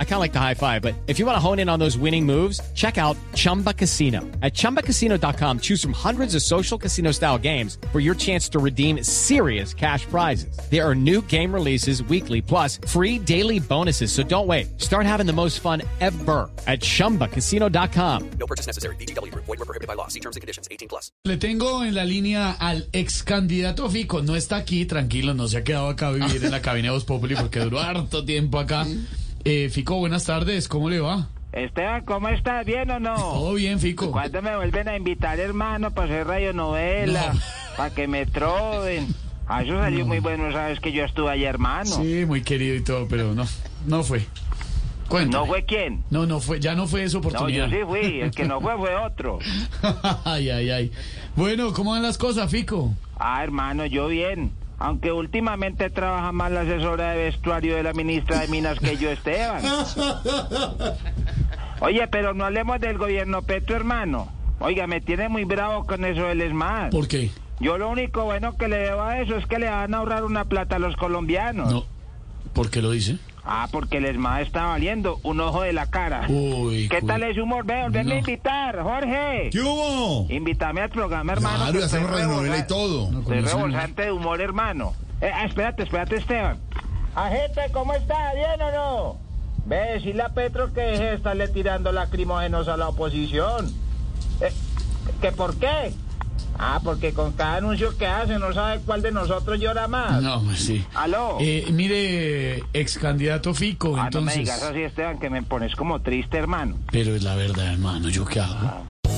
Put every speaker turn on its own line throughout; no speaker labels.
I kind of like the high five, but if you want to hone in on those winning moves, check out Chumba Casino. At chumbacasino.com, choose from hundreds of social casino style games for your chance to redeem serious cash prizes. There are new game releases weekly, plus free daily bonuses. So don't wait. Start having the most fun ever at chumbacasino.com.
No purchase necessary. BGW. Void were prohibited by law. See terms and conditions. 18 plus.
Le tengo en la línea al ex candidato Fico. No está aquí, tranquilo, no se ha quedado acá a vivir en la cabina de Voz Populi porque duró harto tiempo acá. Eh, Fico, buenas tardes, ¿cómo le va?
Esteban, ¿cómo estás? ¿Bien o no?
Todo bien, Fico.
¿Cuándo me vuelven a invitar, hermano, para hacer radionovela?
No.
Para que me troden. Ah, eso salió muy bueno, sabes que yo estuve allá, hermano.
Sí, muy querido y todo, pero no, no fue. Cuéntame.
¿No fue quién?
No, no fue, ya no fue esa
No, yo
oportunidad.
sí fui. El que no fue fue otro.
ay, ay, ay. Bueno, ¿cómo van las cosas, Fico?
Ah, hermano, yo bien. Aunque últimamente trabaja más la asesora de vestuario de la ministra de Minas que yo, Esteban. Oye, pero no hablemos del gobierno Petro, hermano. Oiga, me tiene muy bravo con eso del ESMAD.
¿Por qué?
Yo lo único bueno que le veo a eso es que le van a ahorrar una plata a los colombianos.
No. ¿Por qué lo dice?
Ah, porque el ESMAD está valiendo un ojo de la cara.
Uy.
¿Qué
cu-
tal ese humor? Ve, ven
No.
a invitar, Jorge.
¿Qué hubo?
Invítame al programa, hermano.
Claro,
que
y hacemos
estoy
radionovela y
rebolsa-
todo.
Pues No, con
Estoy
eso no.
rebolsante de humor, hermano. Eh, ah, espérate, espérate, Esteban. Agente, ¿cómo está? ¿Bien o no? Ve, decirle a Petro que deje de estarle tirando lacrimógenos a la oposición. Eh, ¿Que por qué? Ah, porque con cada anuncio que hace no sabe cuál de nosotros llora más.
No, pues sí.
Aló.
Eh, mire, ex candidato Fico,
Ah, no me
entonces.
digas así, Esteban, que me pones como triste, hermano.
Pero es la verdad, hermano, ¿yo qué hago?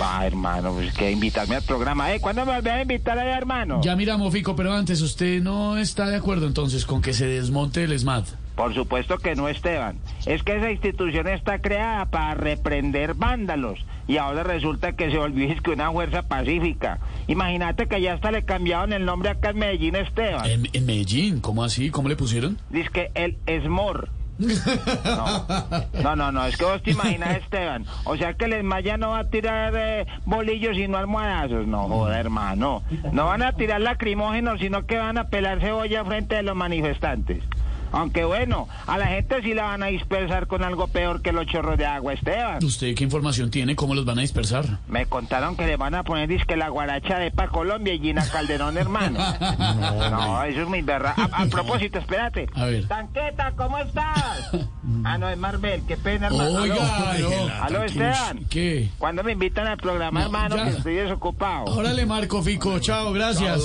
Va, hermano, pues que invitarme al programa. ¿Eh? ¿Cuándo me volvés a invitar allá, hermano?
Ya miramos, Fico, pero antes, ¿usted no está de acuerdo entonces con que se desmonte el SMAT?
Por supuesto que no, Esteban. Es que esa institución está creada para reprender vándalos. Y ahora resulta que se volvió es que una fuerza pacífica. Imagínate que ya hasta le cambiaron el nombre acá en Medellín, Esteban.
En, en Medellín, ¿cómo así? ¿Cómo le pusieron?
Dice que el ESMOR. No. no, no, no, es que vos te imaginas, Esteban. O sea que el ESMAD ya no va a tirar eh, bolillos sino almohadazos. No, joder, hermano. No van a tirar lacrimógenos, sino que van a pelar cebolla frente a los manifestantes. Aunque bueno, a la gente sí la van a dispersar con algo peor que los chorros de agua, Esteban.
¿Usted qué información tiene? ¿Cómo los van a dispersar?
Me contaron que le van a poner disque la guaracha de Pa Colombia y Gina Calderón, hermano. No, eso es muy verdad. A, a propósito, espérate.
A ver.
Tanqueta, ¿cómo estás? Ah, no, es Marvel, qué pena, hermano.
Oiga,
Aló.
no.
Aló, Esteban.
¿Qué?
¿Cuándo me invitan al programa,
No,
hermano?
ya.
Que estoy desocupado.
Ahora le marco, Fico. Chao, gracias.